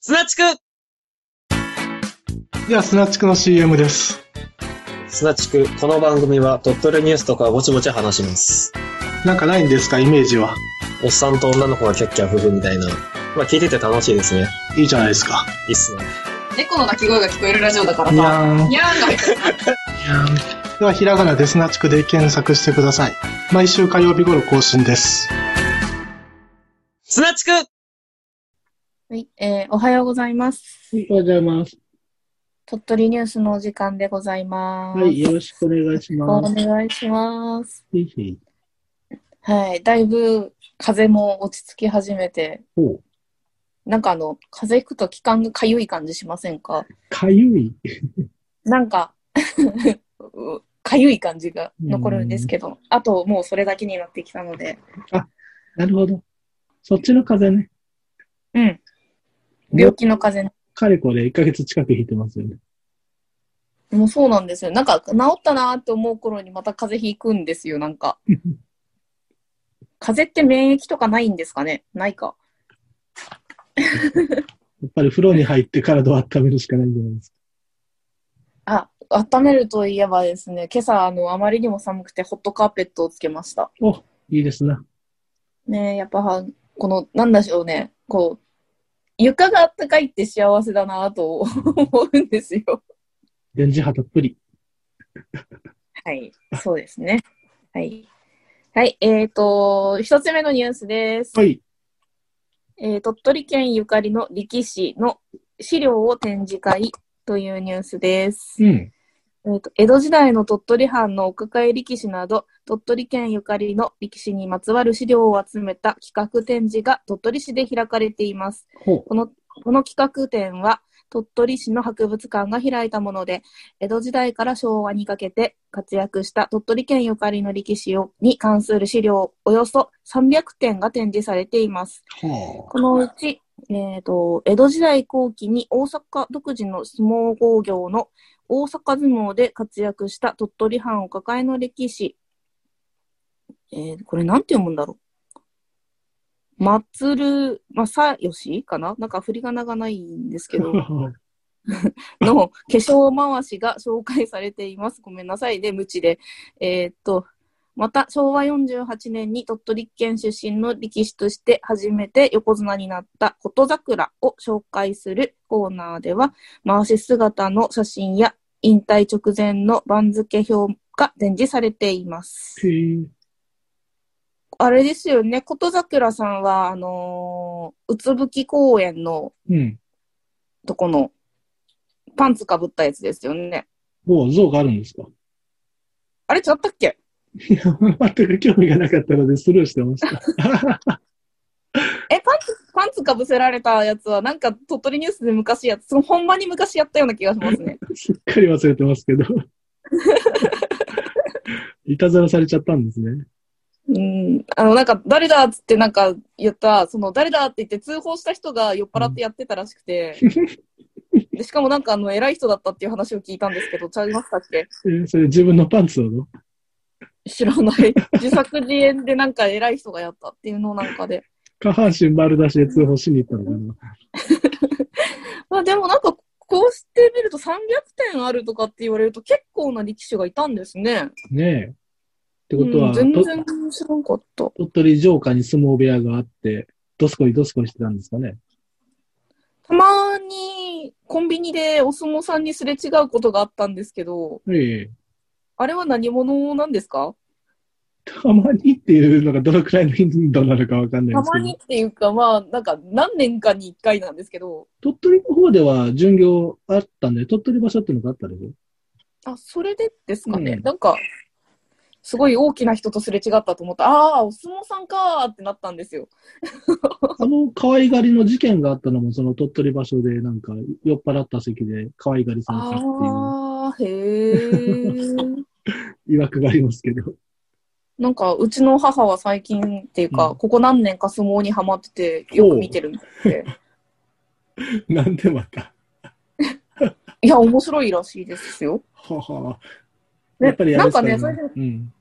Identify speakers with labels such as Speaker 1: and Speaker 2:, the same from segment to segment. Speaker 1: 砂地区
Speaker 2: では、スナチクの CM です。
Speaker 1: 砂地区、この番組は鳥取ニュースとかぼちぼち話します。
Speaker 2: なんかないんですか、イメージは。
Speaker 1: おっさんと女の子がキャッキャ夫婦みたいな。まあ聞いてて楽しいですね。
Speaker 2: いいじゃないですか。
Speaker 1: いいっすね。
Speaker 3: 猫の鳴き声が聞こえるラジオだから
Speaker 2: に
Speaker 3: さ。
Speaker 2: ゃーん。
Speaker 3: にゃーんが入ってる
Speaker 2: では、ひらがなでスナチクで検索してください。毎週火曜日頃更新です。
Speaker 1: 砂地区
Speaker 4: はい、えーおはようございます。
Speaker 5: おはようございます。
Speaker 4: 鳥取ニュースのお時間でございます。
Speaker 5: はい、よろしくお願いし
Speaker 4: お
Speaker 5: ます。
Speaker 4: 願いします。
Speaker 5: ぜひ。
Speaker 4: はい、だいぶ風も落ち着き始めて、
Speaker 5: ほう。
Speaker 4: なんかあの、風邪ひくと気管がかゆい感じしませんか
Speaker 5: かゆい。
Speaker 4: なんか、 うかゆい感じが残るんですけど、あともうそれだけになってきたので、
Speaker 5: なるほど。そっちの風邪ね。
Speaker 4: うん、病気の風邪
Speaker 5: かれこれ1ヶ月近く引いてますよね。
Speaker 4: もうそうなんですよ。なんか治ったなーって思う頃にまた風邪ひくんですよ、なんか。風邪って免疫とかないんですかねないか。
Speaker 5: やっぱり風呂に入って体を温めるしかないんじゃないですか。
Speaker 4: あ、温めるといえばですね、今朝あの、あまりにも寒くてホットカーペットをつけました。
Speaker 5: いいですな。
Speaker 4: ねえやっぱは、この、なんでしょうね、こう、床があったかいって幸せだなーと思うんですよ。
Speaker 5: 電磁波たっぷり。
Speaker 4: はい、そうですね。はい。はい、えっ、ー、と、一つ目のニュースです。
Speaker 5: はい。
Speaker 4: えー鳥取県ゆかりの力士の資料を展示会というニュースです。
Speaker 5: うん。
Speaker 4: えーと江戸時代の鳥取藩のお抱え力士など、鳥取県ゆかりの力士にまつわる資料を集めた企画展示が鳥取市で開かれています。
Speaker 5: ほ
Speaker 4: このこの企画展は、鳥取市の博物館が開いたもので、江戸時代から昭和にかけて活躍した鳥取県ゆかりの力士をに関する資料およそ300点が展示されています。
Speaker 5: う。ほ
Speaker 4: このうち、えー、と江戸時代後期に大阪独自の相撲興行の大阪相撲で活躍した鳥取藩お抱えの歴史、えーこれなんて読むんだろう松る正義かななんか振り仮名がないんですけど、
Speaker 5: う。
Speaker 4: の化粧回しが紹介されています。ごめんなさいね、無知で。えーっと、また昭和48年に鳥取県出身の力士として初めて横綱になった琴桜を紹介するコーナーでは、回し姿の写真や引退直前の番付表が展示されています。
Speaker 5: へえ。
Speaker 4: あれですよね、琴桜さんは、あのー、うつぶき公園の
Speaker 5: うん。
Speaker 4: とこのパンツかぶったやつですよね。
Speaker 5: もう像があるんですか
Speaker 4: あれ違ったっけ
Speaker 5: いや、全く興味がなかったのでスルーしてま した。
Speaker 4: え、パンツ、パンツかぶせられたやつは、なんか鳥取ニュースで昔やっそのほんまに昔やったような気がしますね。
Speaker 5: すっかり忘れてますけ ど。いたずらされちゃったんですね。
Speaker 4: うん。あの、なんか、誰だっつってなんか言った、その、誰だって言って通報した人が酔っ払ってやってたらしく て、でしかもなんかあの、偉い人だったっていう話を聞いたんですけど、ちゃいましたっけ
Speaker 5: えーそれ自分のパンツをの
Speaker 4: 知ら ない。自作自演でなんか偉い人がやったっていうのなんかで。
Speaker 5: 下半身丸出しで通報しに行ったのかな。
Speaker 4: まあでもなんか、こうしてみると300点あるとかって言われると結構な力士がいたんですね。
Speaker 5: ねえ。って
Speaker 4: う
Speaker 5: ことは、
Speaker 4: ん、全
Speaker 5: と
Speaker 4: 然知らんかった。
Speaker 5: 鳥取城下に相撲部屋があって、どすこいどすこいしてたんですかね。
Speaker 4: たまにコンビニでお相撲さんにすれ違うことがあったんですけど、
Speaker 5: ええ。
Speaker 4: あれは何者なんですか
Speaker 5: たまにっていうのがどのくらいの頻度なのかわかんない
Speaker 4: た
Speaker 5: です
Speaker 4: ま
Speaker 5: け
Speaker 4: に
Speaker 5: ど
Speaker 4: っ、ていうか、まあ、なんか何年かに一回なんですけど、
Speaker 5: 鳥取の方では巡業あったんで、鳥取場所っていうのがあったでしょ
Speaker 4: あ、それでですかね。
Speaker 5: うん
Speaker 4: なんか、すごい大きな人とすれ違ったと思った。ああ、お相撲さんかーってなったんですよ。
Speaker 5: あの、可愛がりの事件があったのも、その鳥取場所で、なんか、酔っ払った席で可愛がりされたっていう
Speaker 4: ああ、へえ。
Speaker 5: 曰くがありますけど。
Speaker 4: なんか、うちの母は最近っていうか、
Speaker 5: うん
Speaker 4: ここ何年か相撲にハマってて、よく見てるんで。
Speaker 5: なんでまた。
Speaker 4: いや、面白いらしいですよ。
Speaker 5: はは。
Speaker 4: ね
Speaker 5: やっぱりあれです
Speaker 4: なんかねそれ
Speaker 5: うん。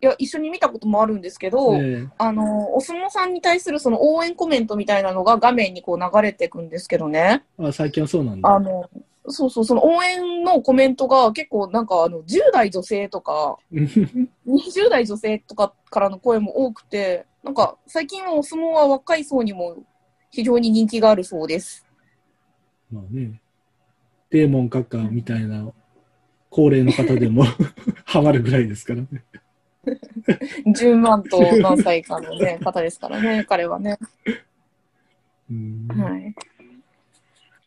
Speaker 4: いや、一緒に見たこともあるんですけど、
Speaker 5: ええ
Speaker 4: あの、お相撲さんに対するその応援コメントみたいなのが画面にこう流れてくんですけどね。
Speaker 5: あ最近はそうなん
Speaker 4: あ
Speaker 5: だ。
Speaker 4: の、そうそう、その応援のコメントが結構なんかあの、10代女性とか、20代女性とかからの声も多くて、なんか最近はお相撲は若い層にも非常に人気があるそうです。
Speaker 5: まあね、デーモン閣下みたいな高齢の方でも ハマるぐらいですからね。
Speaker 4: 10万と何歳かのね、方ですからね、彼はね。
Speaker 5: うん
Speaker 4: はい。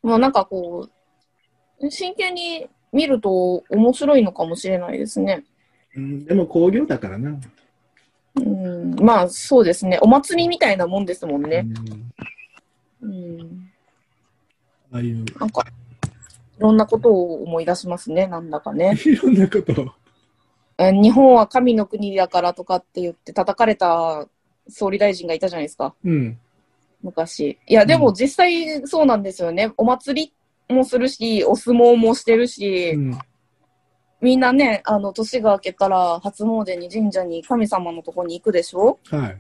Speaker 4: まあなんかこう、真剣に見ると面白いのかもしれないですね。
Speaker 5: うんでも興行だからな。
Speaker 4: うん、まあそうですね。お祭りみたいなもんですもんね。
Speaker 5: う
Speaker 4: う
Speaker 5: ん
Speaker 4: ん。
Speaker 5: ああいう
Speaker 4: なんか、いろんなことを思い出しますね、なんだかね。
Speaker 5: いろんなことを。
Speaker 4: え日本は神の国だからとかって言って叩かれた総理大臣がいたじゃないですか、
Speaker 5: うん。
Speaker 4: 昔。いや、でも実際そうなんですよね。お祭りもするし、お相撲もしてるし、
Speaker 5: うん
Speaker 4: みんなね、あの、年が明けたら、初詣に神社に神様のとこに行くでしょ
Speaker 5: はい。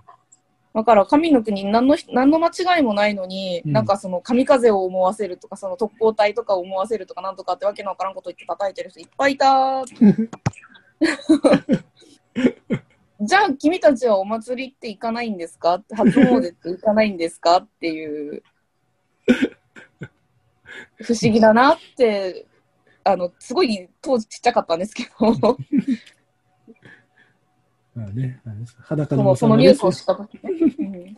Speaker 4: だから、神の国に何のひ、何の間違いもないのに、
Speaker 5: うん
Speaker 4: なんかその、神風を思わせるとか、その特攻隊とかを思わせるとか、なんとかってわけのわからんこと言って叩いてる人いっぱいい た。じゃあ、君たちはお祭りって行かないんですか初詣って行かないんですかっていう、不思議だなって、あの、すごい当時ちっちゃかったんですけど。
Speaker 5: まあね、あれです裸
Speaker 4: そ
Speaker 5: の
Speaker 4: の
Speaker 5: 王
Speaker 4: その
Speaker 5: 様
Speaker 4: ニュ
Speaker 5: で
Speaker 4: ー
Speaker 5: す
Speaker 4: スを知ったときね。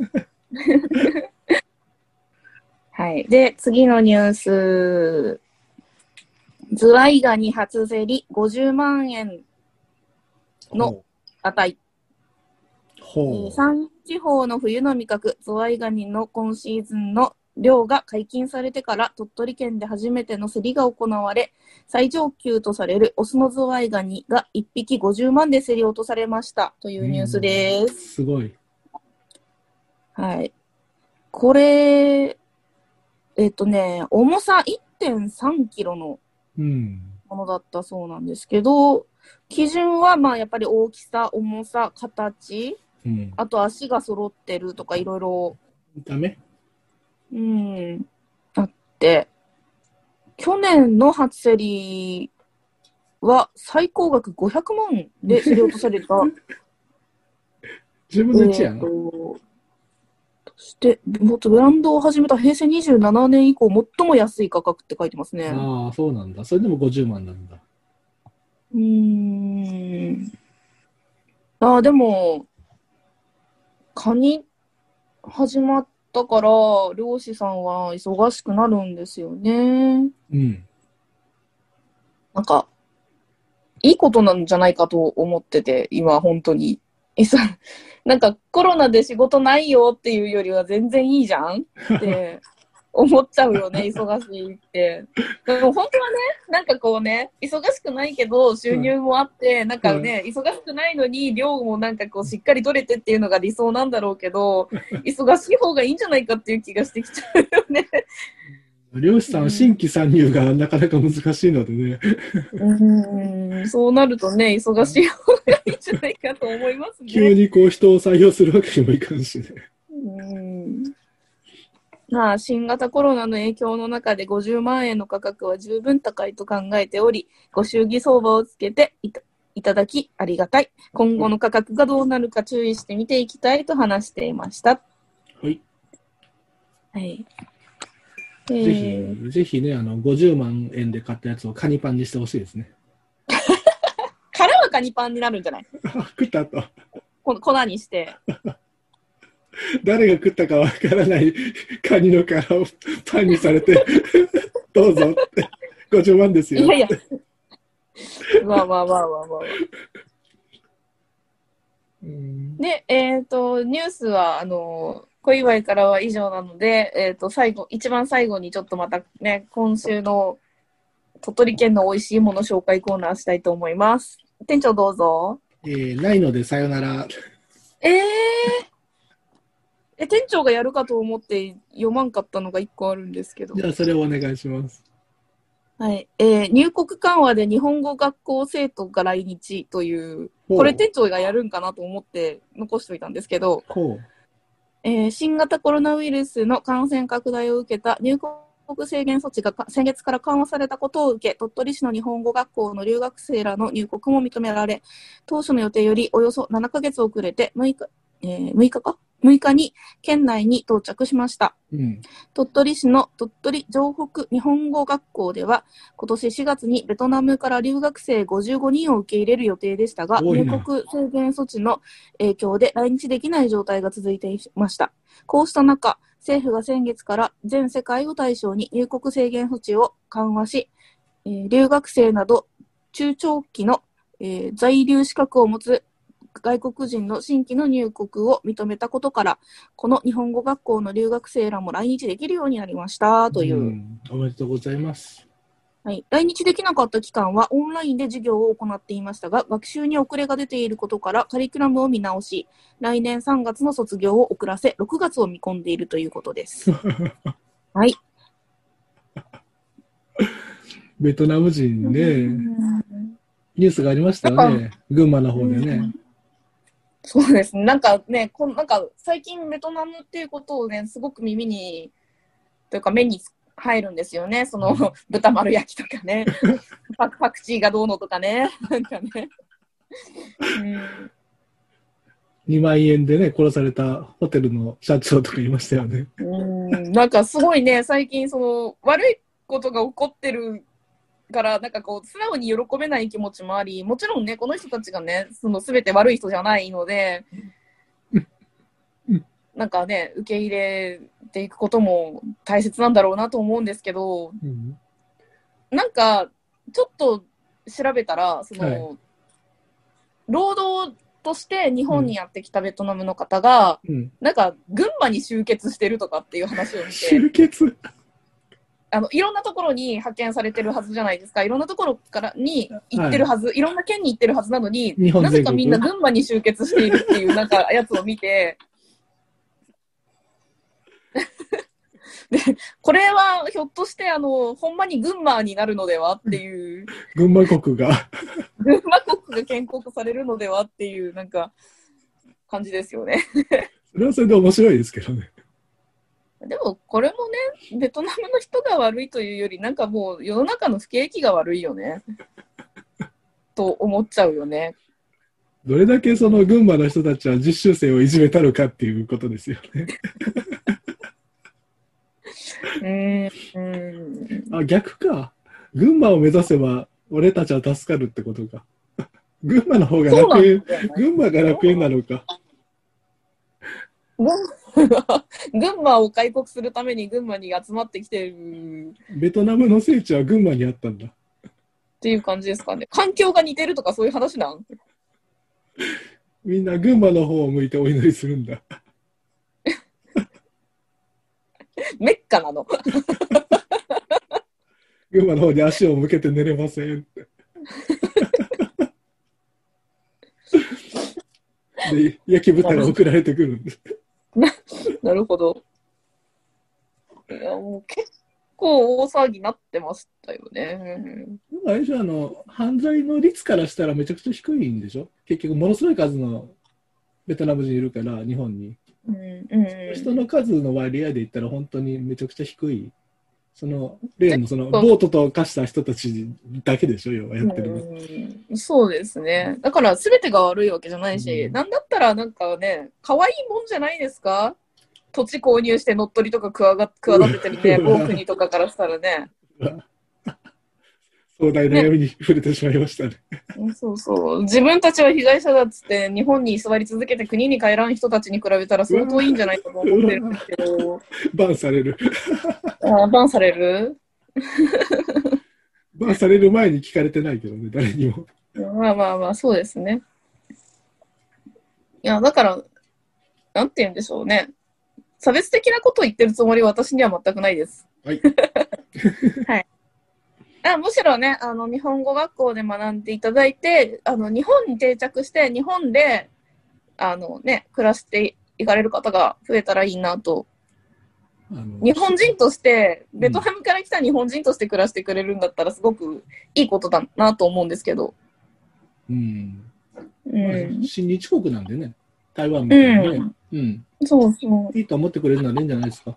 Speaker 4: はい。で、次のニュース。ズワイガニ初競り50万円の値。え
Speaker 5: ほ
Speaker 4: ー
Speaker 5: う。
Speaker 4: 産地方の冬の味覚、ズワイガニの今シーズンの漁が解禁されてから鳥取県で初めての競りが行われ、最上級とされるオスのズワイガニが1匹50万で競り落とされましたというニュースです。
Speaker 5: すごい。
Speaker 4: はい。これ、えっとね、重さ1.3キロの
Speaker 5: うん。
Speaker 4: ものだったそうなんですけど、基準はまあやっぱり大きさ、重さ、形、
Speaker 5: うん。
Speaker 4: あと足が揃ってるとかいろいろ、
Speaker 5: ダメ
Speaker 4: うん、あって、去年の初競りは最高額500万で競り落とされた。
Speaker 5: 自分の位置や
Speaker 4: えー
Speaker 5: な。
Speaker 4: とそして、もっとブランドを始めた平成27年以降、最も安い価格って書いてますね。う
Speaker 5: ああ、そうなんだ。それでも50万なんだ。
Speaker 4: ーん。あーでも、カニ始まったから、漁師さんは忙しくなるんですよね。
Speaker 5: うん。
Speaker 4: なんか、いいことなんじゃないかと思ってて、今、本当に。いさなんか、コロナで仕事ないよっていうよりは全然いいじゃんって思っちゃう よね、忙しいって。でも本当はね、なんかこうね、忙しくないけど収入もあって、なんかね、忙しくないのに量もなんかこうしっかり取れてっていうのが理想なんだろうけ ど、忙しい方がいいんじゃないかっていう気がしてきちゃうよね。
Speaker 5: 漁師さんは新規参入がなかなか難しいのでね。
Speaker 4: うんそうなるとね、忙しい方がいいんじゃないかと思います
Speaker 5: 急
Speaker 4: ね。
Speaker 5: にこう人を採用するわけにもいかんしね。
Speaker 4: うんまあ、新型コロナの影響の中で50万円の価格は十分高いと考えており、ご祝儀相場をつけていたいただきありがたい。今後の価格がどうなるか注意して見ていきたいと話していました。
Speaker 5: はい。
Speaker 4: はい。
Speaker 5: ぜ
Speaker 4: えー
Speaker 5: ひ、ぜひね、あの、50万円で買ったやつをカニパンにしてほしいですね。
Speaker 4: 殻はカニパンになるんじゃない
Speaker 5: あ食ったと。
Speaker 4: こ粉にして。
Speaker 5: 誰が食ったかわからない カニの殻をパンにされて、 どうぞって。50万ですよ
Speaker 4: い。やいや。まあまあまあまあまあ。
Speaker 5: うん
Speaker 4: で、えっ、と、ニュースは、あの、小祝からは以上なので、えっ、と、最後、一番最後にちょっとまたね、今週の鳥取県の美味しいもの紹介コーナーしたいと思います。店長どうぞ。
Speaker 5: えーないのでさよなら。
Speaker 4: えー、え、店長がやるかと思って読まんかったのが一個あるんですけど。
Speaker 5: じゃあ、それをお願いします。
Speaker 4: はい。えー入国緩和で日本語学校生徒が来日という、
Speaker 5: ほう
Speaker 4: これ店長がやるんかなと思って残しておいたんですけど、
Speaker 5: ほ
Speaker 4: えー新型コロナウイルスの感染拡大を受けた入国制限措置がか先月から緩和されたことを受け、鳥取市の日本語学校の留学生らの入国も認められ、当初の予定よりおよそ7ヶ月遅れて6日、えー6日か ?6 日に県内に到着しました。
Speaker 5: う。うん。
Speaker 4: 鳥取市の鳥取城北日本語学校では、今年4月にベトナムから留学生55人を受け入れる予定でしたが、
Speaker 5: 多い
Speaker 4: 入
Speaker 5: な
Speaker 4: 国制限措置の影響で来日できない状態が続いていました。こうした中、政府が先月から全世界を対象に入国制限措置を緩和し、えー留学生など中長期の、えー在留資格を持つ外国人の新規の入国を認めたことから、この日本語学校の留学生らも来日できるようになりましたという、
Speaker 5: んおめでとうございます。
Speaker 4: はい、来日できなかった期間はオンラインで授業を行っていましたが学習に遅れが出ていることからカリキュラムを見直し来年3月の卒業を遅らせ6月を見込んでいるということですはい
Speaker 5: ベトナム人ね、ニュースがありましたよね。群馬の方でね。
Speaker 4: そうですねなんかねこんなんか最近ベトナムっていうことをねすごく耳にというか目に入るんですよねその豚丸焼きとかねパクパクチーがどうのとかねなんかね、うん
Speaker 5: 2万円でね、殺されたホテルの社長とかいましたよね。
Speaker 4: うーんなんかすごいね、最近その悪いことが起こってるから、なんかこう、素直に喜べない気持ちもあり、もちろんね、この人たちがね、その全て悪い人じゃないので
Speaker 5: うん、
Speaker 4: なんかね、受け入れていくことも大切なんだろうなと思うんですけど、
Speaker 5: うん、
Speaker 4: なんか、ちょっと調べたら、その、
Speaker 5: はい
Speaker 4: 労働として日本にやってきたベトナムの方が、
Speaker 5: うん、
Speaker 4: なんか、群馬に集結してるとかっていう話を見て、
Speaker 5: 集結
Speaker 4: あのいろんなところに派遣されてるはずじゃないですか、いろんなところからに行ってるはず、い、ろんな県に行ってるはずなのに、
Speaker 5: 日本
Speaker 4: なぜ
Speaker 5: 全国
Speaker 4: かみんな群馬に集結しているっていうなん かやつを見て、でこれはひょっとしてあの、ほんまに群馬になるのではって いう、
Speaker 5: 群馬国が
Speaker 4: 群馬国が建国されるのではっていう、なんか感じですよね。
Speaker 5: それはそれで面白いですけどね
Speaker 4: でもこれもね、ベトナムの人が悪いというより、なんかもう世の中の不景気が悪いよね。と思っちゃうよね。
Speaker 5: どれだけその群馬の人たちは実習生をいじめたのかっていうことですよね
Speaker 4: うーん。うん
Speaker 5: あ逆か群馬を目指せば俺たちは助かるってことか群馬の方が
Speaker 4: そうなん
Speaker 5: 楽
Speaker 4: だよ
Speaker 5: 園
Speaker 4: ね。
Speaker 5: 群馬が楽園なのか
Speaker 4: 群馬が群馬を開国するために群馬に集まってきてる
Speaker 5: ベトナムの聖地は群馬にあったんだ
Speaker 4: っていう感じですかね。環境が似てるとかそういう話なん
Speaker 5: みんな群馬の方を向いてお祈りするんだ
Speaker 4: メッカなの。
Speaker 5: 群馬の方に足を向けて寝れませんって で焼き豚が送られてくるんです
Speaker 4: なるほど。いや、もう結構大騒ぎになってましたよね。
Speaker 5: でもあれでしょあの犯罪の率からしたらめちゃくちゃ低いんでしょ結局ものすごい数のベトナム人いるから日本に、
Speaker 4: うん。うん。
Speaker 5: 人の数の割合で言ったら本当にめちゃくちゃ低いその例のその
Speaker 4: 構
Speaker 5: ボートと化した人たちだけでしょ要はやってるの、
Speaker 4: うんそうですね。だから全てが悪いわけじゃないし、
Speaker 5: うん
Speaker 4: なんだったらなんかね、可愛いもんじゃないですか土地購入して乗っ取りとかくわが企ててみて、
Speaker 5: うわ
Speaker 4: 多くにとかからしたらね。
Speaker 5: 壮大な闇に触れてしまいましたね
Speaker 4: うんそうそう。自分たちは被害者だっつって、日本に居座り続けて国に帰らん人たちに比べたら相当いいんじゃないかと思ってるんですけど、
Speaker 5: バンされる
Speaker 4: あーバンされる
Speaker 5: バンされる前に聞かれてないけどね誰にも
Speaker 4: まあまあまあ、そうですね。いや、だから、なんて言うんでしょうね。差別的なことを言ってるつもりは私には全くないです。
Speaker 5: はい
Speaker 4: はい。あむしろね、あの、日本語学校で学んでいただいて、あの、日本に定着して、日本で、あのね、暮らしていかれる方が増えたらいいなと
Speaker 5: あの
Speaker 4: 日本人として、ベトナムから来た日本人として暮らしてくれるんだったら、すごくいいことだなと思うんですけど。
Speaker 5: うん。
Speaker 4: う
Speaker 5: まあ
Speaker 4: ん。
Speaker 5: 親日国なんでね、台湾みたいに
Speaker 4: う
Speaker 5: ね、うん。
Speaker 4: そうそ
Speaker 5: いいと思ってくれるならいいんじゃないですか。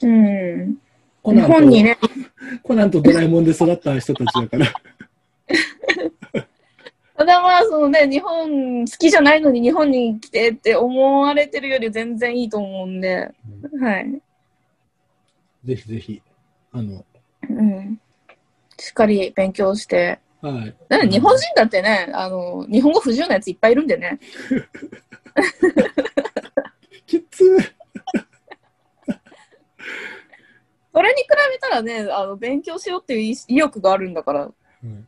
Speaker 4: う。うん。
Speaker 5: コ
Speaker 4: 日
Speaker 5: ナンと
Speaker 4: 本にね、
Speaker 5: コナンとドラえもんで育った人たちだから。
Speaker 4: ただまあ、そのね、日本好きじゃないのに日本に来てって思われてるより全然いいと思うんで、はい。
Speaker 5: ぜひぜひ。あの、
Speaker 4: うん。しっかり勉強して。
Speaker 5: はい。
Speaker 4: だって日本人だってね、あの、日本語不自由なやついっぱいいるんでね。
Speaker 5: きつい。
Speaker 4: それに比べたらね、あの、勉強しようっていう意意欲があるんだから、
Speaker 5: うん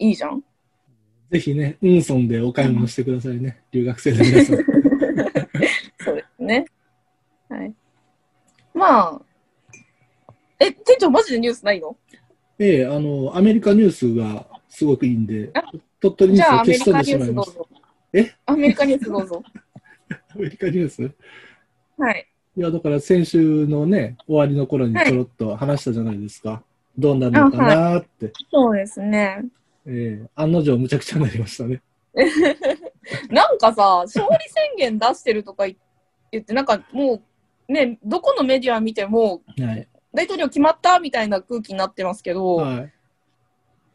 Speaker 4: いいじゃん。
Speaker 5: ぜひね、ウンソンでお買い物してくださいね。留学生の皆 さん。
Speaker 4: そうですね。はい。まあ、え、店長マジでニュースないの
Speaker 5: ええ、あの、アメリカニュースがすごくいいんで
Speaker 4: あ、
Speaker 5: 鳥取ニ
Speaker 4: じ
Speaker 5: ュース
Speaker 4: ゃあ
Speaker 5: を
Speaker 4: アメ
Speaker 5: 消
Speaker 4: リ
Speaker 5: し飛ん
Speaker 4: カ
Speaker 5: で
Speaker 4: ニ
Speaker 5: し
Speaker 4: ュー
Speaker 5: まい
Speaker 4: スど
Speaker 5: ま
Speaker 4: う
Speaker 5: す。
Speaker 4: ぞ。
Speaker 5: え
Speaker 4: アメリカニュースどうぞ。
Speaker 5: アメリカニュースい
Speaker 4: はい。
Speaker 5: や、だから先週のね、終わりの頃にちょろっと話したじゃないですか。どうなるのかなーって。
Speaker 4: そうですね。
Speaker 5: ええ、案の定むちゃくちゃになりましたね。
Speaker 4: なんかさ、勝利宣言出してるとか言って、なんかもう、ね、どこのメディア見ても、
Speaker 5: はい。
Speaker 4: 大統領決まったみたいな空気になってますけど、
Speaker 5: はい。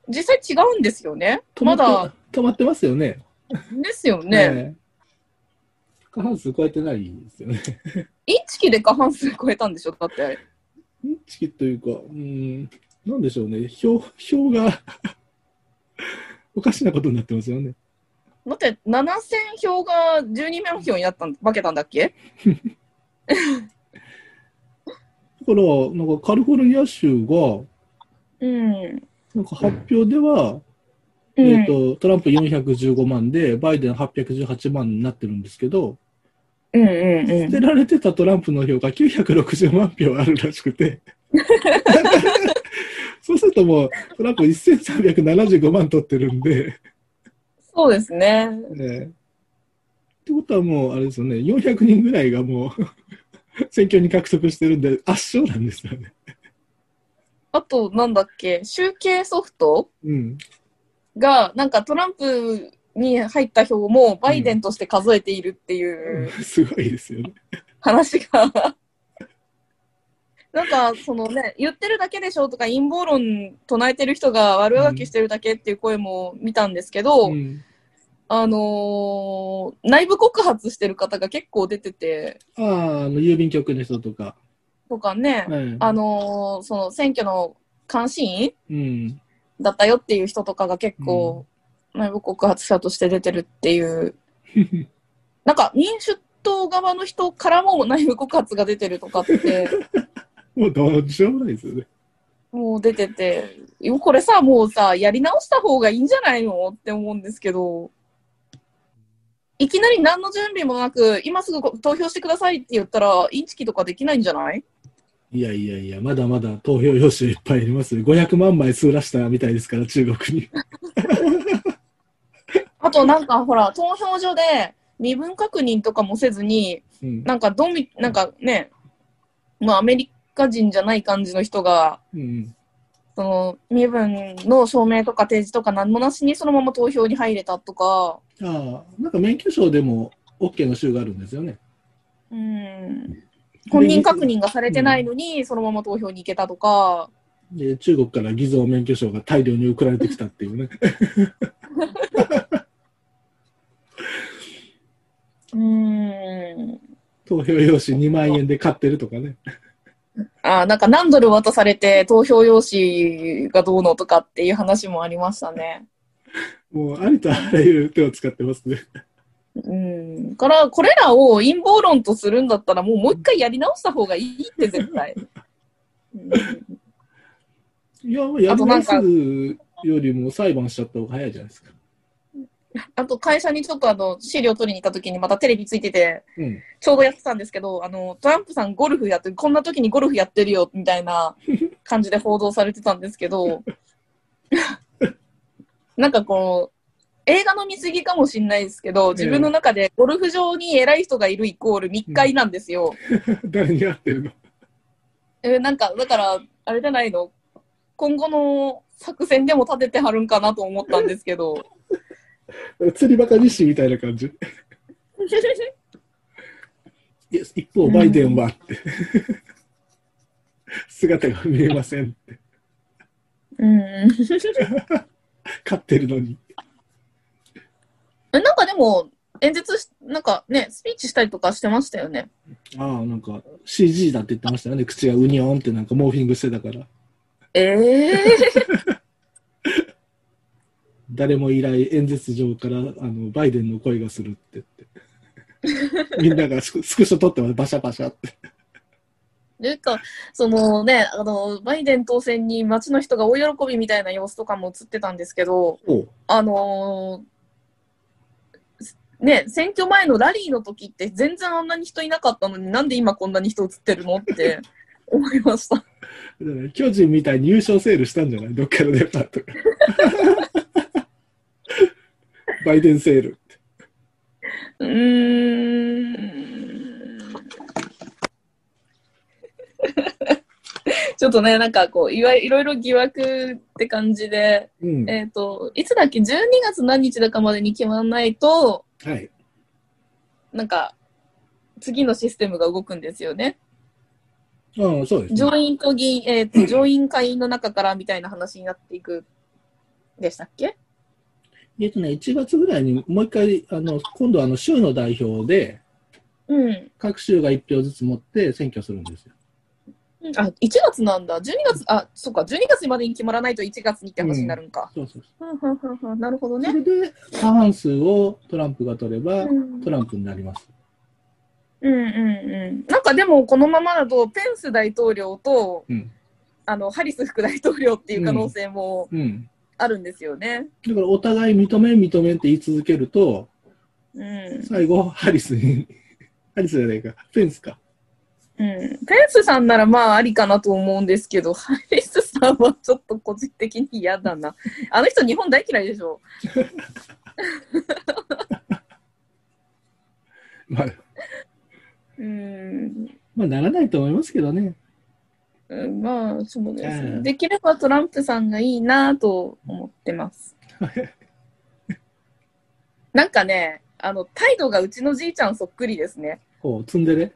Speaker 4: 実際違うんですよね。
Speaker 5: 止ま
Speaker 4: ま
Speaker 5: って
Speaker 4: だ、
Speaker 5: 止まってますよね。
Speaker 4: ですよ
Speaker 5: え
Speaker 4: ね。
Speaker 5: え。過半数超えてないですよね。
Speaker 4: インチキで過半数超えたんでしょだってあれ。
Speaker 5: 認識というか、うん、なんでしょうね、票票が おかしなことになってますよね。
Speaker 4: だって7000票が12万票になったん、化けたんだっけ
Speaker 5: だから、なんかカリフォルニア州が、
Speaker 4: うん。
Speaker 5: なんか発表では、
Speaker 4: うん
Speaker 5: えっ、と、トランプ415万で、バイデン818万になってるんですけど、
Speaker 4: うんうんう
Speaker 5: 捨
Speaker 4: ん。
Speaker 5: てられてたトランプの票が960万票あるらしくて、 そうするともう、トランプ1375万取ってるんで、
Speaker 4: そうですね。
Speaker 5: ええってことはもう、あれですよね、400人ぐらいがもう、 選挙に獲得してるんで、圧勝なんですよね。
Speaker 4: あと、なんだっけ、集計ソフト
Speaker 5: うん。
Speaker 4: が、なんかトランプに入った票もバイデンとして数えているっていう
Speaker 5: すごいですよね。
Speaker 4: 話が。 なんか、そのね、言ってるだけでしょとか陰謀論唱えてる人が悪あがきしてるだけっていう声も見たんですけど、
Speaker 5: うん、
Speaker 4: あのー内部告発してる方が結構出てて、
Speaker 5: ああ、あの、郵便局の人とか。
Speaker 4: とかね、
Speaker 5: はい
Speaker 4: あのーその選挙の監視員
Speaker 5: うん。
Speaker 4: だったよっていう人とかが結構、内部告発者として出てるっていう、なんか民主党側の人からも内部告発が出てるとかって、
Speaker 5: もうどうしようもないですよね。
Speaker 4: もう出てて、これさ、もうさ、やり直した方がいいんじゃないのって思うんですけど、いきなり何の準備もなく、今すぐ投票してくださいって言ったら、インチキとかできないんじゃない
Speaker 5: いやいやいや、まだまだ投票用紙いっぱいありますよ。500万枚数らしたみたいですから、中国に。
Speaker 4: あとなんかほら、投票所で身分確認とかもせずに、
Speaker 5: うん。
Speaker 4: なんかドミ、なんかね、まあアメリカ人じゃない感じの人が、
Speaker 5: うん。
Speaker 4: その身分の証明とか提示とか何もなしにそのまま投票に入れたとか、
Speaker 5: ああ、なんか免許証でも OK の州があるんですよね。
Speaker 4: うん、本人確認がされてないのにそのまま投票に行けたとか、
Speaker 5: で、中国から偽造免許証が大量に送られてきたっていうね。
Speaker 4: うん、
Speaker 5: 投票用紙2万円で買ってるとかね。
Speaker 4: あなんか何ドル渡されて投票用紙がどうのとかっていう話もありましたね。
Speaker 5: もうありとあらゆる手を使ってますね。
Speaker 4: うん、だからこれらを陰謀論とするんだったらもうもう一回やり直した方がいいって絶 対。うん
Speaker 5: いや、もうや
Speaker 4: あ
Speaker 5: り
Speaker 4: とな
Speaker 5: 直
Speaker 4: ん
Speaker 5: す
Speaker 4: か
Speaker 5: よりも裁判しちゃった方が早いじゃないです か。
Speaker 4: あと会社にちょっとあの資料取りに行った時にまたテレビついてて、
Speaker 5: うん。
Speaker 4: ちょうどやってたんですけど、あのトランプさんゴルフやって、こんな時にゴルフやってるよみたい な感じで報道されてたんですけど、 なんかこう、映画の見過ぎかもしれないですけど、自分の中でゴルフ場に偉い人がいるイコール密会なんですよ。
Speaker 5: 誰に合ってるの
Speaker 4: えなんか、だから、あれじゃないの今後の作戦でも立ててはるんかなと思ったんですけ ど。
Speaker 5: 釣りバカ日誌みたいな感じ。いや一方、バイデン はって、姿が見えませんって、
Speaker 4: うん。
Speaker 5: 勝ってるのに。
Speaker 4: えなんかでも、演説し、なんかね、スピーチしたりとかしてましたよね。
Speaker 5: ああ、なんか CG だって言ってましたよね、口がうにょんってなんかモーフィングしてたから、
Speaker 4: ええ
Speaker 5: 誰もいない演説場からあのバイデンの声がするって言って、み んながスクスクショ撮ってバシャバシャって、
Speaker 4: というか、そのね、あの、バイデン当選に街の人が大喜びみたいな様子とかも映ってたんですけど、あのーね、選挙前のラリーの時って全然あんなに人いなかったのになんで今こんなに人映ってるのって思いました。
Speaker 5: だから巨人みたいに優勝セールしたんじゃないどっかのデパートが。 バイデンセール。
Speaker 4: うーん。 ちょっとね、なんかこう、いわいろいろ疑惑って感じで、
Speaker 5: うん。
Speaker 4: えっ、と、いつだっけ、12月何日だかまでに決まらないと、
Speaker 5: はい。
Speaker 4: なんか、次のシステムが動くんですよね。
Speaker 5: ああ、そうです、ね
Speaker 4: 上。院と議員、えーと上院会員の中からみたいな話になっていくでしたっけ
Speaker 5: えっとね、1月ぐらいにもう一回、あの、今度はあの州の代表で、
Speaker 4: うん。
Speaker 5: 各州が1票ずつ持って選挙するんですよ。
Speaker 4: あ、1月なんだ。12月、あ、そうか、12月までに決まらないと1月にって話になるんか。
Speaker 5: そうそうそ
Speaker 4: ふんふんふんふんなるほど
Speaker 5: う
Speaker 4: ね。
Speaker 5: それで、過半数をトランプが取れば
Speaker 4: う、ん
Speaker 5: トランプになります。
Speaker 4: うんうんうん。なんかでも、このままだと、ペンス大統領と、
Speaker 5: うん。
Speaker 4: あの、ハリス副大統領っていう可能性も
Speaker 5: うん。
Speaker 4: あるんですよね。
Speaker 5: だから、お互い認め、認めって言い続けると、
Speaker 4: うん。
Speaker 5: 最後、ハリスに、 ハリスじゃないか、フェンスか。
Speaker 4: うん。ペンスさんならまあありかなと思うんですけど、ハリスさんはちょっと個人的に嫌だな。あの人日本大嫌いでしょ。
Speaker 5: まあ、
Speaker 4: うん。
Speaker 5: まあ、ならないと思いますけどね。
Speaker 4: うんまあ、そうです
Speaker 5: う
Speaker 4: ね。
Speaker 5: ん
Speaker 4: できればトランプさんがいいなと思ってます。なんかね、あの、態度がうちのじいちゃんそっくりですね。
Speaker 5: こう、ツンデレ。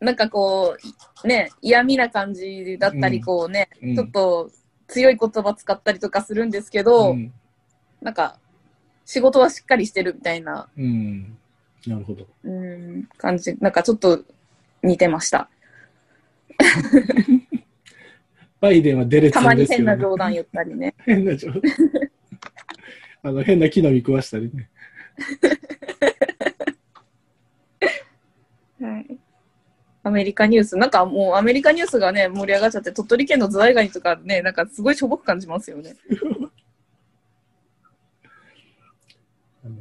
Speaker 4: なんかこう、ね、嫌味な感じだったり、
Speaker 5: うん
Speaker 4: こうね、
Speaker 5: うん
Speaker 4: ちょっと強い言葉使ったりとかするんですけど、
Speaker 5: ん。
Speaker 4: なんか、仕事はしっかりしてるみたいな、
Speaker 5: うん。なるほど。
Speaker 4: うん、感じ、なんかちょっと似てました。
Speaker 5: バイデンはデレツ
Speaker 4: たま
Speaker 5: ンで
Speaker 4: に
Speaker 5: すけ
Speaker 4: 変
Speaker 5: ど、
Speaker 4: な
Speaker 5: ね。
Speaker 4: 冗談言ったりね。
Speaker 5: 変な状 あの変な木の実食わしたりね。
Speaker 4: はい。アメリカニュース、なんかもうアメリカニュースがね、盛り上がっちゃって、鳥取県のズワイガニとかね、なんかすごいしょぼく感じますよね。
Speaker 5: あの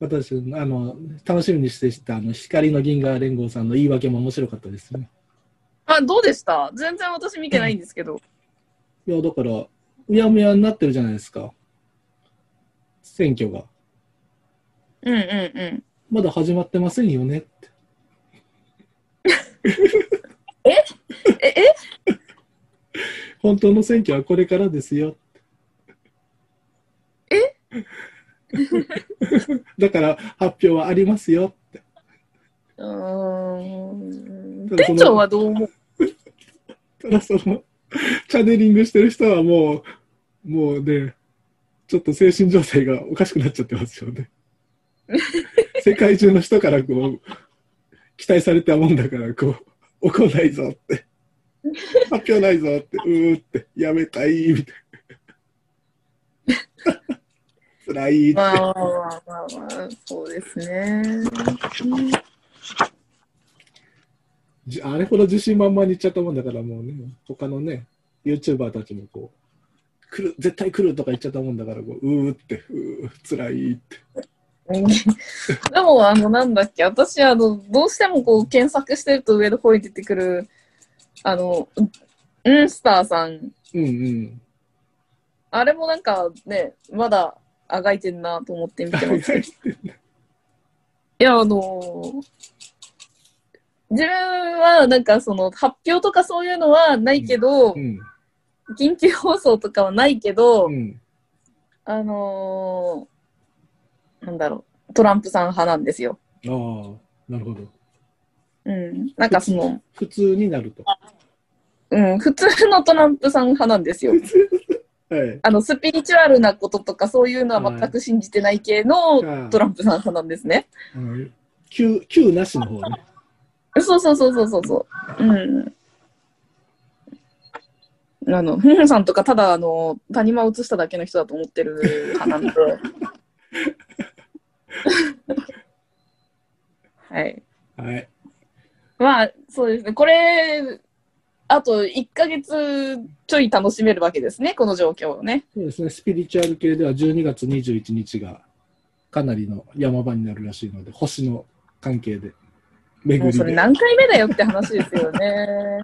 Speaker 5: 私あの、楽しみにしてしたあの光の銀河連合さんの言い訳も面白かったですね。
Speaker 4: あ、どうでした全然私見てないんですけど。
Speaker 5: いや、だから、うやむやになってるじゃないですか、選挙が。
Speaker 4: うんうんうん。
Speaker 5: まだ始まってませんよねって。
Speaker 4: え、え
Speaker 5: 本当の選挙はこれからですよって。え だから発表はありますよって。
Speaker 4: うーん。
Speaker 5: ただそ
Speaker 4: 店
Speaker 5: の
Speaker 4: 長はどう思う
Speaker 5: ただその、チャネリングしてる人はもう、もうね、ちょっと精神状態がおかしくなっちゃってますよね。世界中の人からこう、期待されたもんだから、こう、怒んないぞって、発表ないぞって、うーって、やめたい、みたいな。辛いって。
Speaker 4: まあまあまあまあまあ、そうですね。
Speaker 5: じあれほど自信満々に言っちゃったもんだからもうね他のね YouTuber たちもこう来る絶対来るとか言っちゃったもんだからこううーってうーつらいって
Speaker 4: でも、あの、なんだっけ、私、あの、どうしてもこう、検索してると上の方に出てくる、あの、うんスターさん
Speaker 5: うんうん
Speaker 4: あれもなんかね、まだあがいてんなと思 って見てます。いや、あのー自分はなんかその発表とかそういうのはないけど、
Speaker 5: うん。
Speaker 4: 緊急放送とかはないけど、
Speaker 5: うん。
Speaker 4: あのーなんだろう、トランプさん派なんですよ。
Speaker 5: ああ、なるほど。
Speaker 4: うん。なんかその、
Speaker 5: 普通になると。
Speaker 4: うん、普通のトランプさん派なんですよ。
Speaker 5: はい。
Speaker 4: あの、スピリチュアルなこととかそういうのは全く信じてない系
Speaker 5: は
Speaker 4: の
Speaker 5: い
Speaker 4: トランプさん派なんですね。
Speaker 5: あの、旧、旧なしの方ね。
Speaker 4: そうそうそうそうそうそう。うん。あの、ふんふんさんとかただあの、谷間を映しただけの人だと思ってる派なんで。はい。
Speaker 5: はい。
Speaker 4: まあ、そうですね。これ、あと1ヶ月ちょい楽しめるわけですね、この状況をね。
Speaker 5: そうですね。スピリチュアル系では12月21日がかなりの山場になるらしいので、星の関係で、巡
Speaker 4: もう
Speaker 5: り
Speaker 4: それ
Speaker 5: で。
Speaker 4: 何回目だよって話ですよね。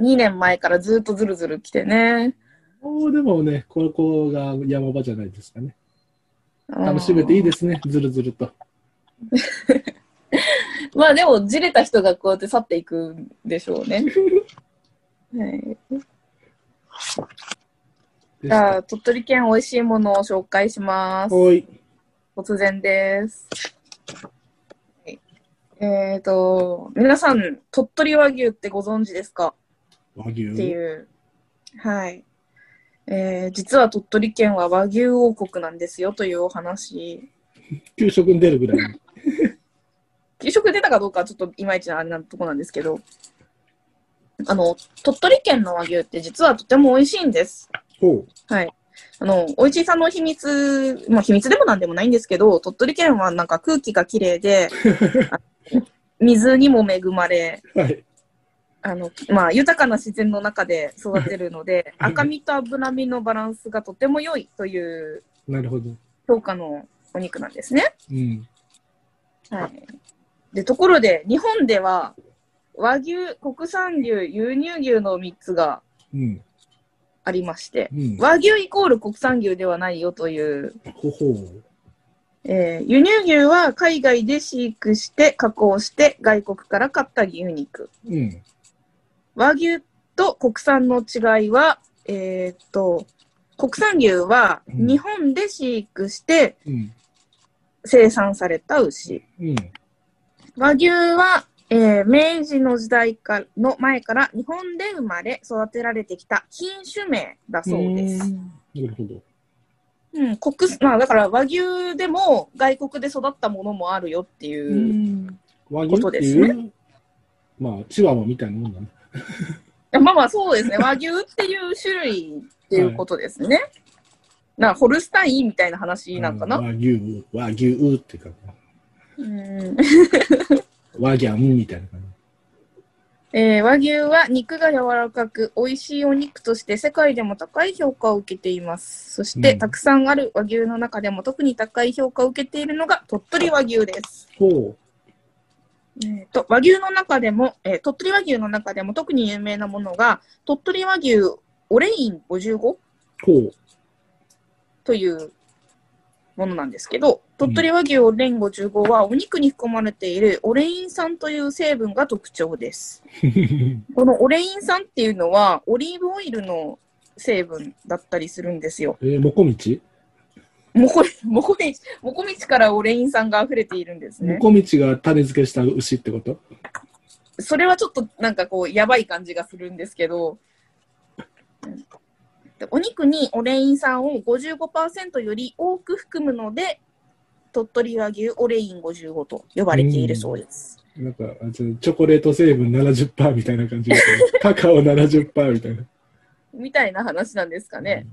Speaker 4: 2年前からずっとずるずる来てね。
Speaker 5: もうでもね、ここが山場じゃないですかね。楽しめていいですね、ずるずると。
Speaker 4: まあでも、じれた人がこうやって去っていくんでしょうね。はい、
Speaker 5: でし
Speaker 4: じゃ
Speaker 5: た
Speaker 4: あ、鳥取県美味しいものを紹介します。
Speaker 5: おい。
Speaker 4: 突然です。はいえっ、と、皆さん、鳥取和牛ってご存知ですか
Speaker 5: 和牛。
Speaker 4: っていう。はい。えー実は鳥取県は和牛王国なんですよというお話。
Speaker 5: 給食に出るぐらいの。
Speaker 4: 給食出たかどうかはちょっといまいちなあれなとこなんですけど、あの、鳥取県の和牛って実はとても美味しいんです。
Speaker 5: ほ
Speaker 4: はい。あの、美味しさの秘密、まあ秘密でもなんでもないんですけど、鳥取県はなんか空気が綺麗 で、あ水にも恵まれ、
Speaker 5: う。はい。
Speaker 4: あの、まあ豊かな自然の中で育てるの で、赤身と脂身のバランスがとても良いという
Speaker 5: なるほど。
Speaker 4: 評価のお肉なんですね。
Speaker 5: うん。
Speaker 4: はい。で、ところで、日本では、和牛、国産牛、輸入牛の3つが
Speaker 5: うん。
Speaker 4: ありまして、
Speaker 5: うん。
Speaker 4: 和牛イコール国産牛ではないよという、
Speaker 5: ほほう。
Speaker 4: えー輸入牛は海外で飼育して、加工して、外国から買った牛肉。
Speaker 5: うん。
Speaker 4: 和牛と国産の違いは、えーっと、国産牛は
Speaker 5: うん
Speaker 4: 日本で飼育して
Speaker 5: うん。
Speaker 4: 生産された牛。
Speaker 5: うん。
Speaker 4: 和牛は、えー明治の時代かの前から日本で生まれ育てられてきた品種名だそうです。
Speaker 5: んなるほど。
Speaker 4: うん、国すまあだから和牛でも外国で育ったものもあるよっていう。
Speaker 5: 和牛っていう、まあ、チワワみたいなもんだね。
Speaker 4: まあまあそうですね。和牛っていう種類っていうことですね。なホルスタインみたいな話なんかな。
Speaker 5: 和牛、和牛っていうか、
Speaker 4: うん
Speaker 5: 和ギャンみたいな感
Speaker 4: えー和牛は肉が柔らかく美味しいお肉として世界でも高い評価を受けていますそして、
Speaker 5: うん
Speaker 4: たくさんある和牛の中でも特に高い評価を受けているのが鳥取和牛です、
Speaker 5: じ。ほ
Speaker 4: えーと和牛の中でも、えー鳥取和牛の中でも特に有名なものが鳥取和牛オレイン55
Speaker 5: う。ほう。
Speaker 4: というものなんですけど鳥取和牛オレイン55はお肉に含まれているオレイン酸という成分が特徴ですこのオレイン酸っていうのはオリーブオイルの成分だったりするんですよ。
Speaker 5: えー、もこみち
Speaker 4: もこもこみちもこみちからオレイン酸が溢れているんです
Speaker 5: も
Speaker 4: ね。
Speaker 5: こみちが種付けした牛ってこと
Speaker 4: それはちょっとなんかこうやばい感じがするんですけど、うんでお肉にオレイン酸を55%より多く含むので、鳥取和牛オレイン55と呼ばれているそうです。
Speaker 5: なんか、あチョコレート成分70%みたいな 感じで、カカオ70%みたいな。
Speaker 4: みたいな話なんですかね。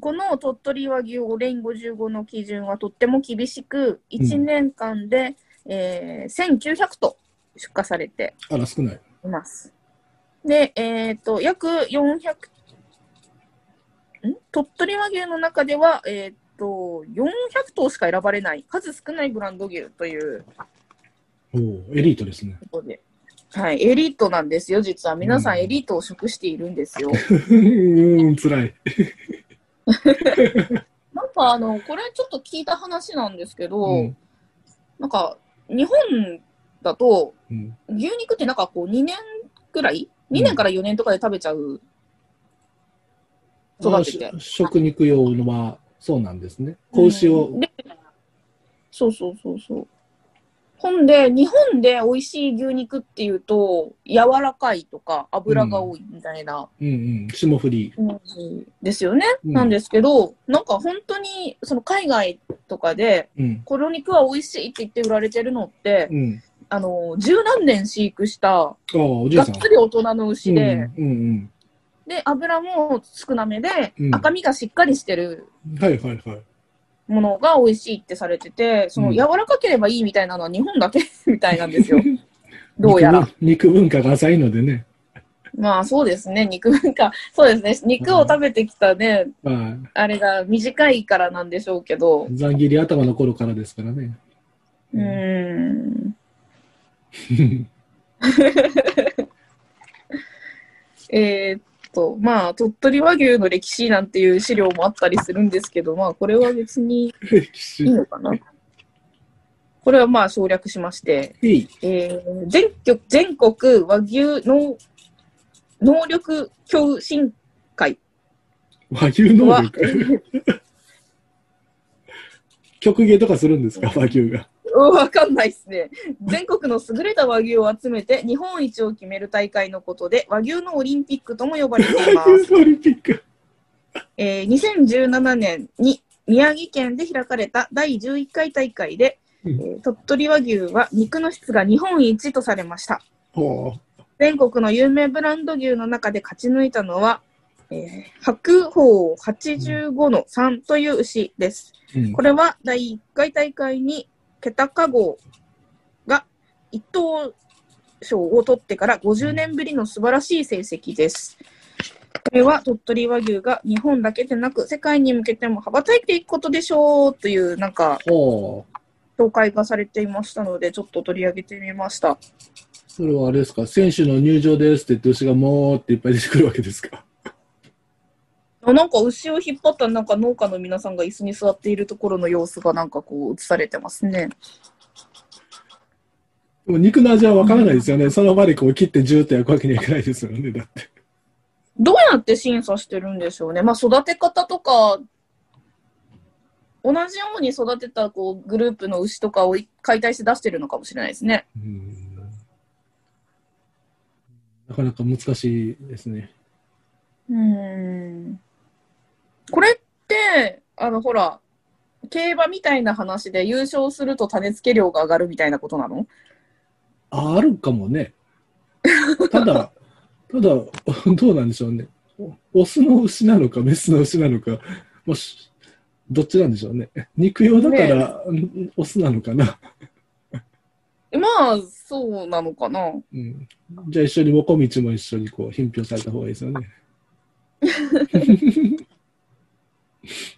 Speaker 4: この鳥取和牛オレイン55の基準はとっても厳しく、1年間で、えー1900頭出荷されて
Speaker 5: あら、少ない。
Speaker 4: います。で、えっ、と、約400、ん鳥取和牛の中では、えっ、と、400頭しか選ばれない、数少ないブランド牛という
Speaker 5: おーエリートですね。
Speaker 4: ところで、はい、エリートなんですよ、実は。皆さ
Speaker 5: うん
Speaker 4: んエリートを食しているんですよ。
Speaker 5: うーん、辛い。
Speaker 4: なんかあの、これちょっと聞いた話なんですけど、
Speaker 5: うん
Speaker 4: なんか、日本だと、
Speaker 5: うん。
Speaker 4: 牛肉ってなんかこう2年くらい ?2 年から4年とかで食べちゃう。育てて
Speaker 5: あし食肉用のは、そうなんですね。子牛を、
Speaker 4: うんでそうそうそうそう。ほんで、日本で美味しい牛肉っていうと、柔らかいとか脂が多いみたいな
Speaker 5: うんうん、霜降り。
Speaker 4: イメージですよね。
Speaker 5: うん
Speaker 4: なんですけど、なんか本当にその海外とかで、
Speaker 5: うん。
Speaker 4: この肉は美味しいって言って売られてるのって、
Speaker 5: うん。
Speaker 4: あの、十何年飼育した、
Speaker 5: ああ、おじ
Speaker 4: が
Speaker 5: い
Speaker 4: っ
Speaker 5: さん。
Speaker 4: つり大人の牛で、
Speaker 5: うんうん
Speaker 4: で、油も少なめで、
Speaker 5: うん
Speaker 4: 赤身がしっかりしてる
Speaker 5: うん。はいはいはい。
Speaker 4: ものが美味しいってされてて、その
Speaker 5: うん
Speaker 4: 柔らかければいいみたいなのは日本だけ みたいなんですよ。どうやら。
Speaker 5: 肉文。肉文化が浅いのでね。
Speaker 4: まあそうですね、肉 文化。そうですね、肉を食べてきたね、
Speaker 5: まあ、
Speaker 4: あれが短いからなんでしょうけど、
Speaker 5: ざん切り頭の頃からですからね。
Speaker 4: うーん。えーっと、まあ、鳥取和牛の歴史なんていう資料もあったりするんですけど、まあこれは別に
Speaker 5: 歴史
Speaker 4: いい。のかな。これはまあ省略しまして、
Speaker 5: へい。
Speaker 4: えー全局全国和牛の能力共進会
Speaker 5: 和牛能
Speaker 4: は
Speaker 5: 力。 曲芸とかするんですか、和牛が。
Speaker 4: わかんないですね。全国の優れた和牛を集めて日本一を決める大会のことで和牛のオリンピックとも呼ばれていま
Speaker 5: 和
Speaker 4: す。
Speaker 5: 牛オリンピック。
Speaker 4: えー2017年に宮城県で開かれた第11回大会で、え
Speaker 5: うん
Speaker 4: ー鳥取和牛は肉の質が日本一とされました。
Speaker 5: ほ
Speaker 4: 全国の有名ブランド牛の中で勝ち抜いたのは、えー白鵬85の3という牛です。
Speaker 5: う。うん
Speaker 4: これは第1回大会にケタカ号が1等賞を取ってから50年ぶりの素晴らしい成績です。これは鳥取和牛が日本だけでなく世界に向けても羽ばたいていくことでしょうというなんか
Speaker 5: ほう。
Speaker 4: 紹介がされていましたのでちょっと取り上げてみました。
Speaker 5: それはあれですか、選手の入場ですって言って、牛がもーっていっぱい出てくるわけですか。
Speaker 4: あなんか牛を引っ張ったなんか農家の皆さんが椅子に座っているところの様子がなんかこう映されてますね。
Speaker 5: でも肉の味はわからないですよね。その場でこう切ってジューって焼くわけにはいかないですよね。だって。
Speaker 4: どうやって審査してるんでしょうね。まあ育て方とか、同じように育てたこうグループの牛とかを解体して出してるのかもしれないですね。
Speaker 5: うんなかなか難しいですね。
Speaker 4: うん。これって、あのほら、競馬みたいな話で優勝すると種付け量が上がるみたいなことなの
Speaker 5: ああるかもね。ただ、 ただ、どうなんでしょうね。オスの牛なのか、メスの牛なのか、もうしどっちなんでしょうね。肉用だから、うんオスなのかな。
Speaker 4: まあ、そうなのかな。
Speaker 5: うん、じゃあ一緒に、もこみちも一緒にこう、品評された方がいいですよね。
Speaker 4: ち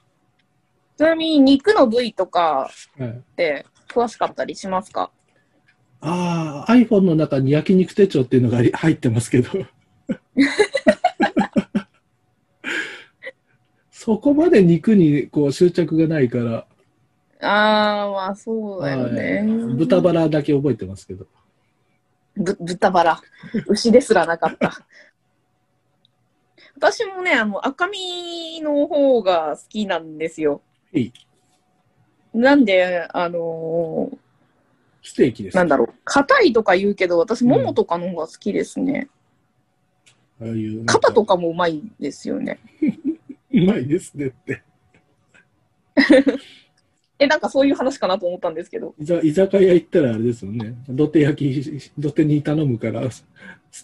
Speaker 4: なみに肉の部位とか、
Speaker 5: はい、
Speaker 4: って詳しかったりしますか
Speaker 5: ああ、iPhone の中に焼肉手帳っていうのがあり入ってますけど。そこまで肉にこう執着がないから、
Speaker 4: ああ、まあそうだよね。
Speaker 5: はい豚バラだけ覚えてますけど。
Speaker 4: ぶ豚バラ。牛ですらなか った。私もね、あの赤身の方が好きなんですよ。
Speaker 5: はい
Speaker 4: なんで、あの
Speaker 5: ステーキで
Speaker 4: ー
Speaker 5: す。
Speaker 4: なんだろう、硬いとか言うけど、私、
Speaker 5: うん
Speaker 4: ももとかの方が好きですね。
Speaker 5: ああいうなん
Speaker 4: 肩とかもうまいですよね。
Speaker 5: うまいですねって。
Speaker 4: え、なんかそういう話かなと思ったんですけど。
Speaker 5: 居酒居酒屋行ったらあれですよね。土手焼き、土手に頼むから、捨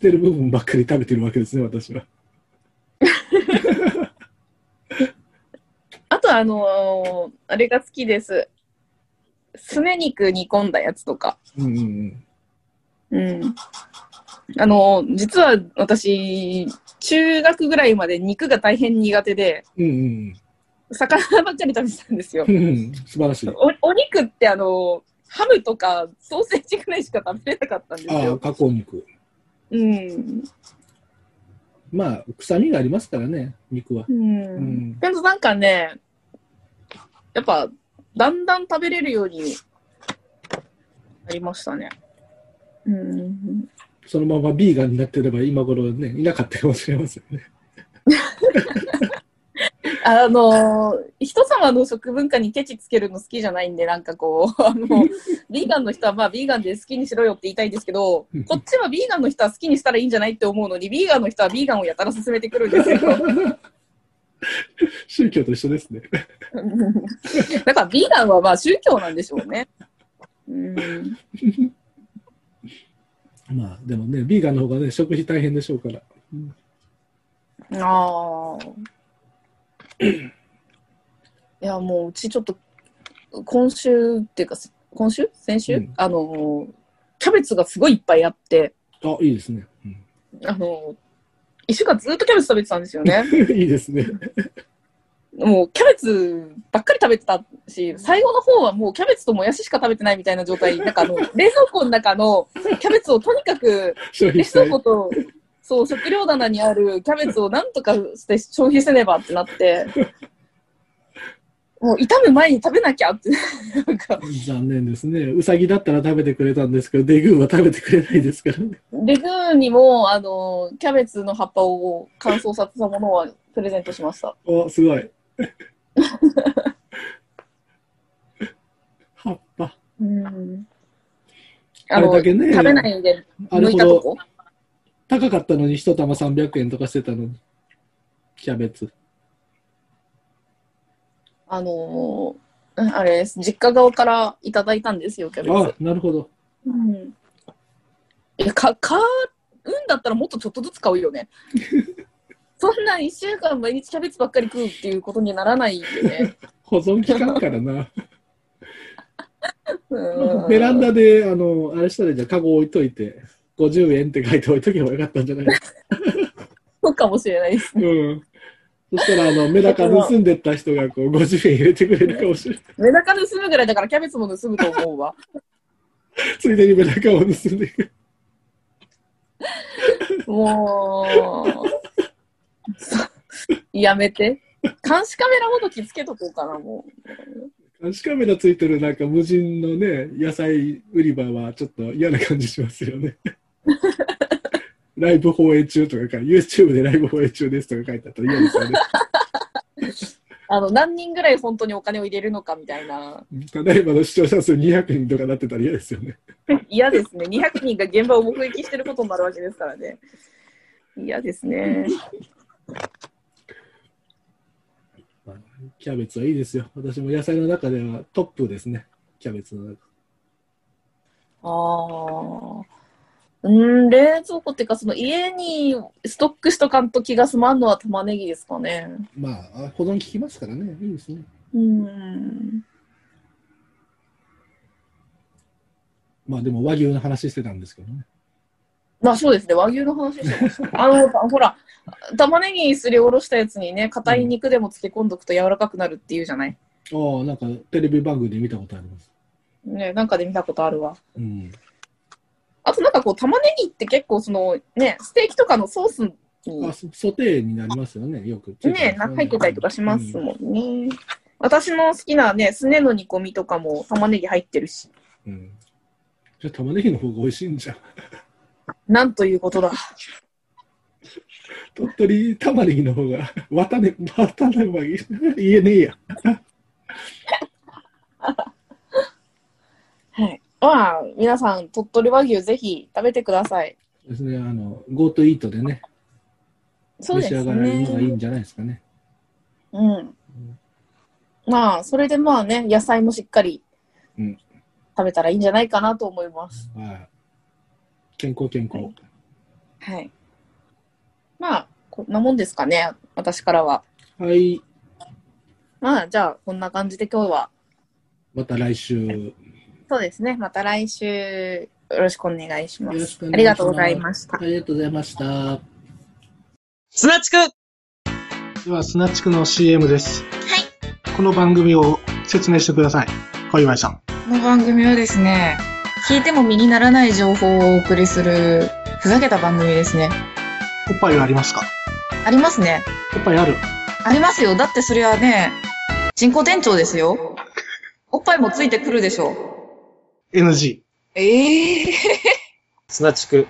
Speaker 5: てる部分ばっかり食べてるわけですね、私は。
Speaker 4: あと、あのーあれが好きです。すね肉煮込んだやつとか。
Speaker 5: うんうんうん。
Speaker 4: うんあの、実は私、中学ぐらいまで肉が大変苦手で、
Speaker 5: うん
Speaker 4: 魚ばっかり食べてたんですよ
Speaker 5: う。んうん。素晴らしい。
Speaker 4: おお肉ってあの、ハムとかソーセージぐらいしか食べれなかったんです
Speaker 5: ああ、
Speaker 4: よ。
Speaker 5: 加工肉。
Speaker 4: うん。
Speaker 5: まあ、臭みがありますからね、肉は。
Speaker 4: う。
Speaker 5: うんん。
Speaker 4: けどなんかね、やっぱ、だんだん食べれるようになりましたね。うん。
Speaker 5: そのままビーガンになってれば今頃ね、いなかったかもしれませんね。
Speaker 4: あのー人様の食文化にケチつけるの好きじゃないんで、なんかこう、あ の、ビーガンの人はまあビーガンで好きにしろよって言いたいんですけど、こっちはビーガンの人は好きにしたらいいんじゃないって思うのに、ビーガンの人はビーガンをやたら勧めてくるんですよ。
Speaker 5: 宗教と一緒ですね。
Speaker 4: だからビーガンはまあ宗教なんでしょうね。うん。
Speaker 5: まあでもね、ビーガンの方がね、食費大変でしょうから。うん
Speaker 4: ああ。いや、もううちちょっと、今週っていうか、今週先週、
Speaker 5: うん
Speaker 4: あのー、キャベツがすごいいっぱいあって、
Speaker 5: あ、いいですね。 うん
Speaker 4: あのー、一週間ずっとキャベツ食べてたんですよね。
Speaker 5: いいですね。
Speaker 4: もうキャベツばっかり食べてたし、最後の方はもうキャベツともやししか食べてないみたいな状態、なんかあの、冷蔵庫の中のキャベツをとにかく
Speaker 5: 消費
Speaker 4: 冷
Speaker 5: した
Speaker 4: 蔵
Speaker 5: い。
Speaker 4: 庫と、そう、食料棚にあるキャベツをなんとかして消費せねばってなって、もう炒む前に食べなきゃって、なんか、
Speaker 5: 残念ですね。うさぎだったら食べてくれたんですけど、デグーは食べてくれないですからね。
Speaker 4: レグーンにも、あの、キャベツの葉っぱを乾燥させたものをプレゼントしました。
Speaker 5: お、すごい。葉っぱ。
Speaker 4: うん。あ
Speaker 5: あれ
Speaker 4: の、
Speaker 5: だけね
Speaker 4: 食べないで
Speaker 5: あれ
Speaker 4: 抜
Speaker 5: ほ
Speaker 4: いたと
Speaker 5: ど
Speaker 4: こ
Speaker 5: 高かったのに一玉300円とかしてたのに。キャベツ。
Speaker 4: あのーあれです、実家側からいただいたんですよ、キャベツ
Speaker 5: あ。、なるほど。
Speaker 4: うん、いやか買うんだったらもっとちょっとずつ買うよ ね。そんな1週間毎日キャベツばっかり食うっていうことにならないよね。
Speaker 5: 保存期間からな。
Speaker 4: うん
Speaker 5: ベランダで、あの、あれしたらじゃあ、カゴ置いといて、50円って書いて置いとけばよかったんじゃないですか。
Speaker 4: そうかもしれないです。
Speaker 5: うん。そしたら、あの、メダカ盗んでった人が、こう、50円入れてくれるかもしれない。
Speaker 4: メダカ盗むぐらいだからキャベツも盗むと思うわ。
Speaker 5: ついでにメダカを盗んでいく。
Speaker 4: もうそう、やめて。監視カメラごときつけとこうかな、も
Speaker 5: 監視カメラついてる、なんか、無人のね、野菜売り場は、ちょっと嫌な感じしますよ ね。ライブ放映中とかか、YouTube でライブ放映中ですとか書いてあったら嫌ですよね。
Speaker 4: う。あの、何人ぐらい本当にお金を入れるのかみたいな。
Speaker 5: ただいまの視聴者数200人とかなってたら嫌ですよね。
Speaker 4: 嫌ですね。200人が現場を目撃してることになるわけですからね。嫌ですね。
Speaker 5: キャベツはいいですよ。私も野菜の中ではトップですね。キャベツの中。
Speaker 4: ああ。うん、冷蔵庫っていうか、その家にストックしとかんと気が済まんのは玉ねぎですかね。
Speaker 5: まあ、保存効きますからね。いいですね。
Speaker 4: うん。
Speaker 5: まあでも和牛の話してたんですけどね。
Speaker 4: まあそうですね、和牛の話してま した。あの、ほら、玉ねぎすりおろしたやつにね、硬い肉でも漬け込んどくと柔らかくなるっていうじゃない。
Speaker 5: ああ、なんかテレビ番組で見たことあります。
Speaker 4: ね、なんかで見たことあるわ。
Speaker 5: うん。
Speaker 4: あとなんかこう、玉ねぎって結構その、ね、ステーキとかのソースに
Speaker 5: あ、ソソテーになりますよね。よく。
Speaker 4: ね、な入ってたりとかします
Speaker 5: うん
Speaker 4: もんね。私の好きなね、すねの煮込みとかも玉ねぎ入ってるし、
Speaker 5: うんじゃあ玉ねぎの方が美味しいん じゃん。
Speaker 4: なんということだ。
Speaker 5: 鳥取玉ねぎの方が、渡ね、渡ねばいい。 言えねえや。
Speaker 4: はい。まあ、皆さん、鳥取和牛ぜひ食べてください。
Speaker 5: ですね。あの、GoTo イートでね、
Speaker 4: そう
Speaker 5: 召
Speaker 4: で
Speaker 5: し
Speaker 4: す
Speaker 5: 上がられるのがいい
Speaker 4: ね。
Speaker 5: んじゃないですかね。
Speaker 4: うん。まあ、それでまあね、野菜もしっかり
Speaker 5: うん
Speaker 4: 食べたらいいんじゃないかなと思います。
Speaker 5: はい。健康健康。
Speaker 4: はいはい。まあ、こんなもんですかね、私からは。
Speaker 5: はい。
Speaker 4: まあ、じゃあ、こんな感じで今日は
Speaker 5: また来週。よ
Speaker 4: そうですね。また来週、よろしくお願いしま
Speaker 5: ろし
Speaker 4: す。
Speaker 5: くお願いします。
Speaker 4: ありがとうございました
Speaker 5: あ。りがとうございました。
Speaker 1: すなちく
Speaker 2: では、スナチクの CM です。はい。この番組を説明してください。小岩井さん。
Speaker 3: この番組はですね、聞いても身にならない情報をお送りする、ふざけた番組ですね。
Speaker 2: おっぱいはありますか
Speaker 3: ありますね。
Speaker 2: おっぱいある。
Speaker 3: ありますよ。だってそれはね、人工店長ですよ。おっぱいもついてくるでしょ
Speaker 2: NG。
Speaker 3: ええ
Speaker 1: 砂地区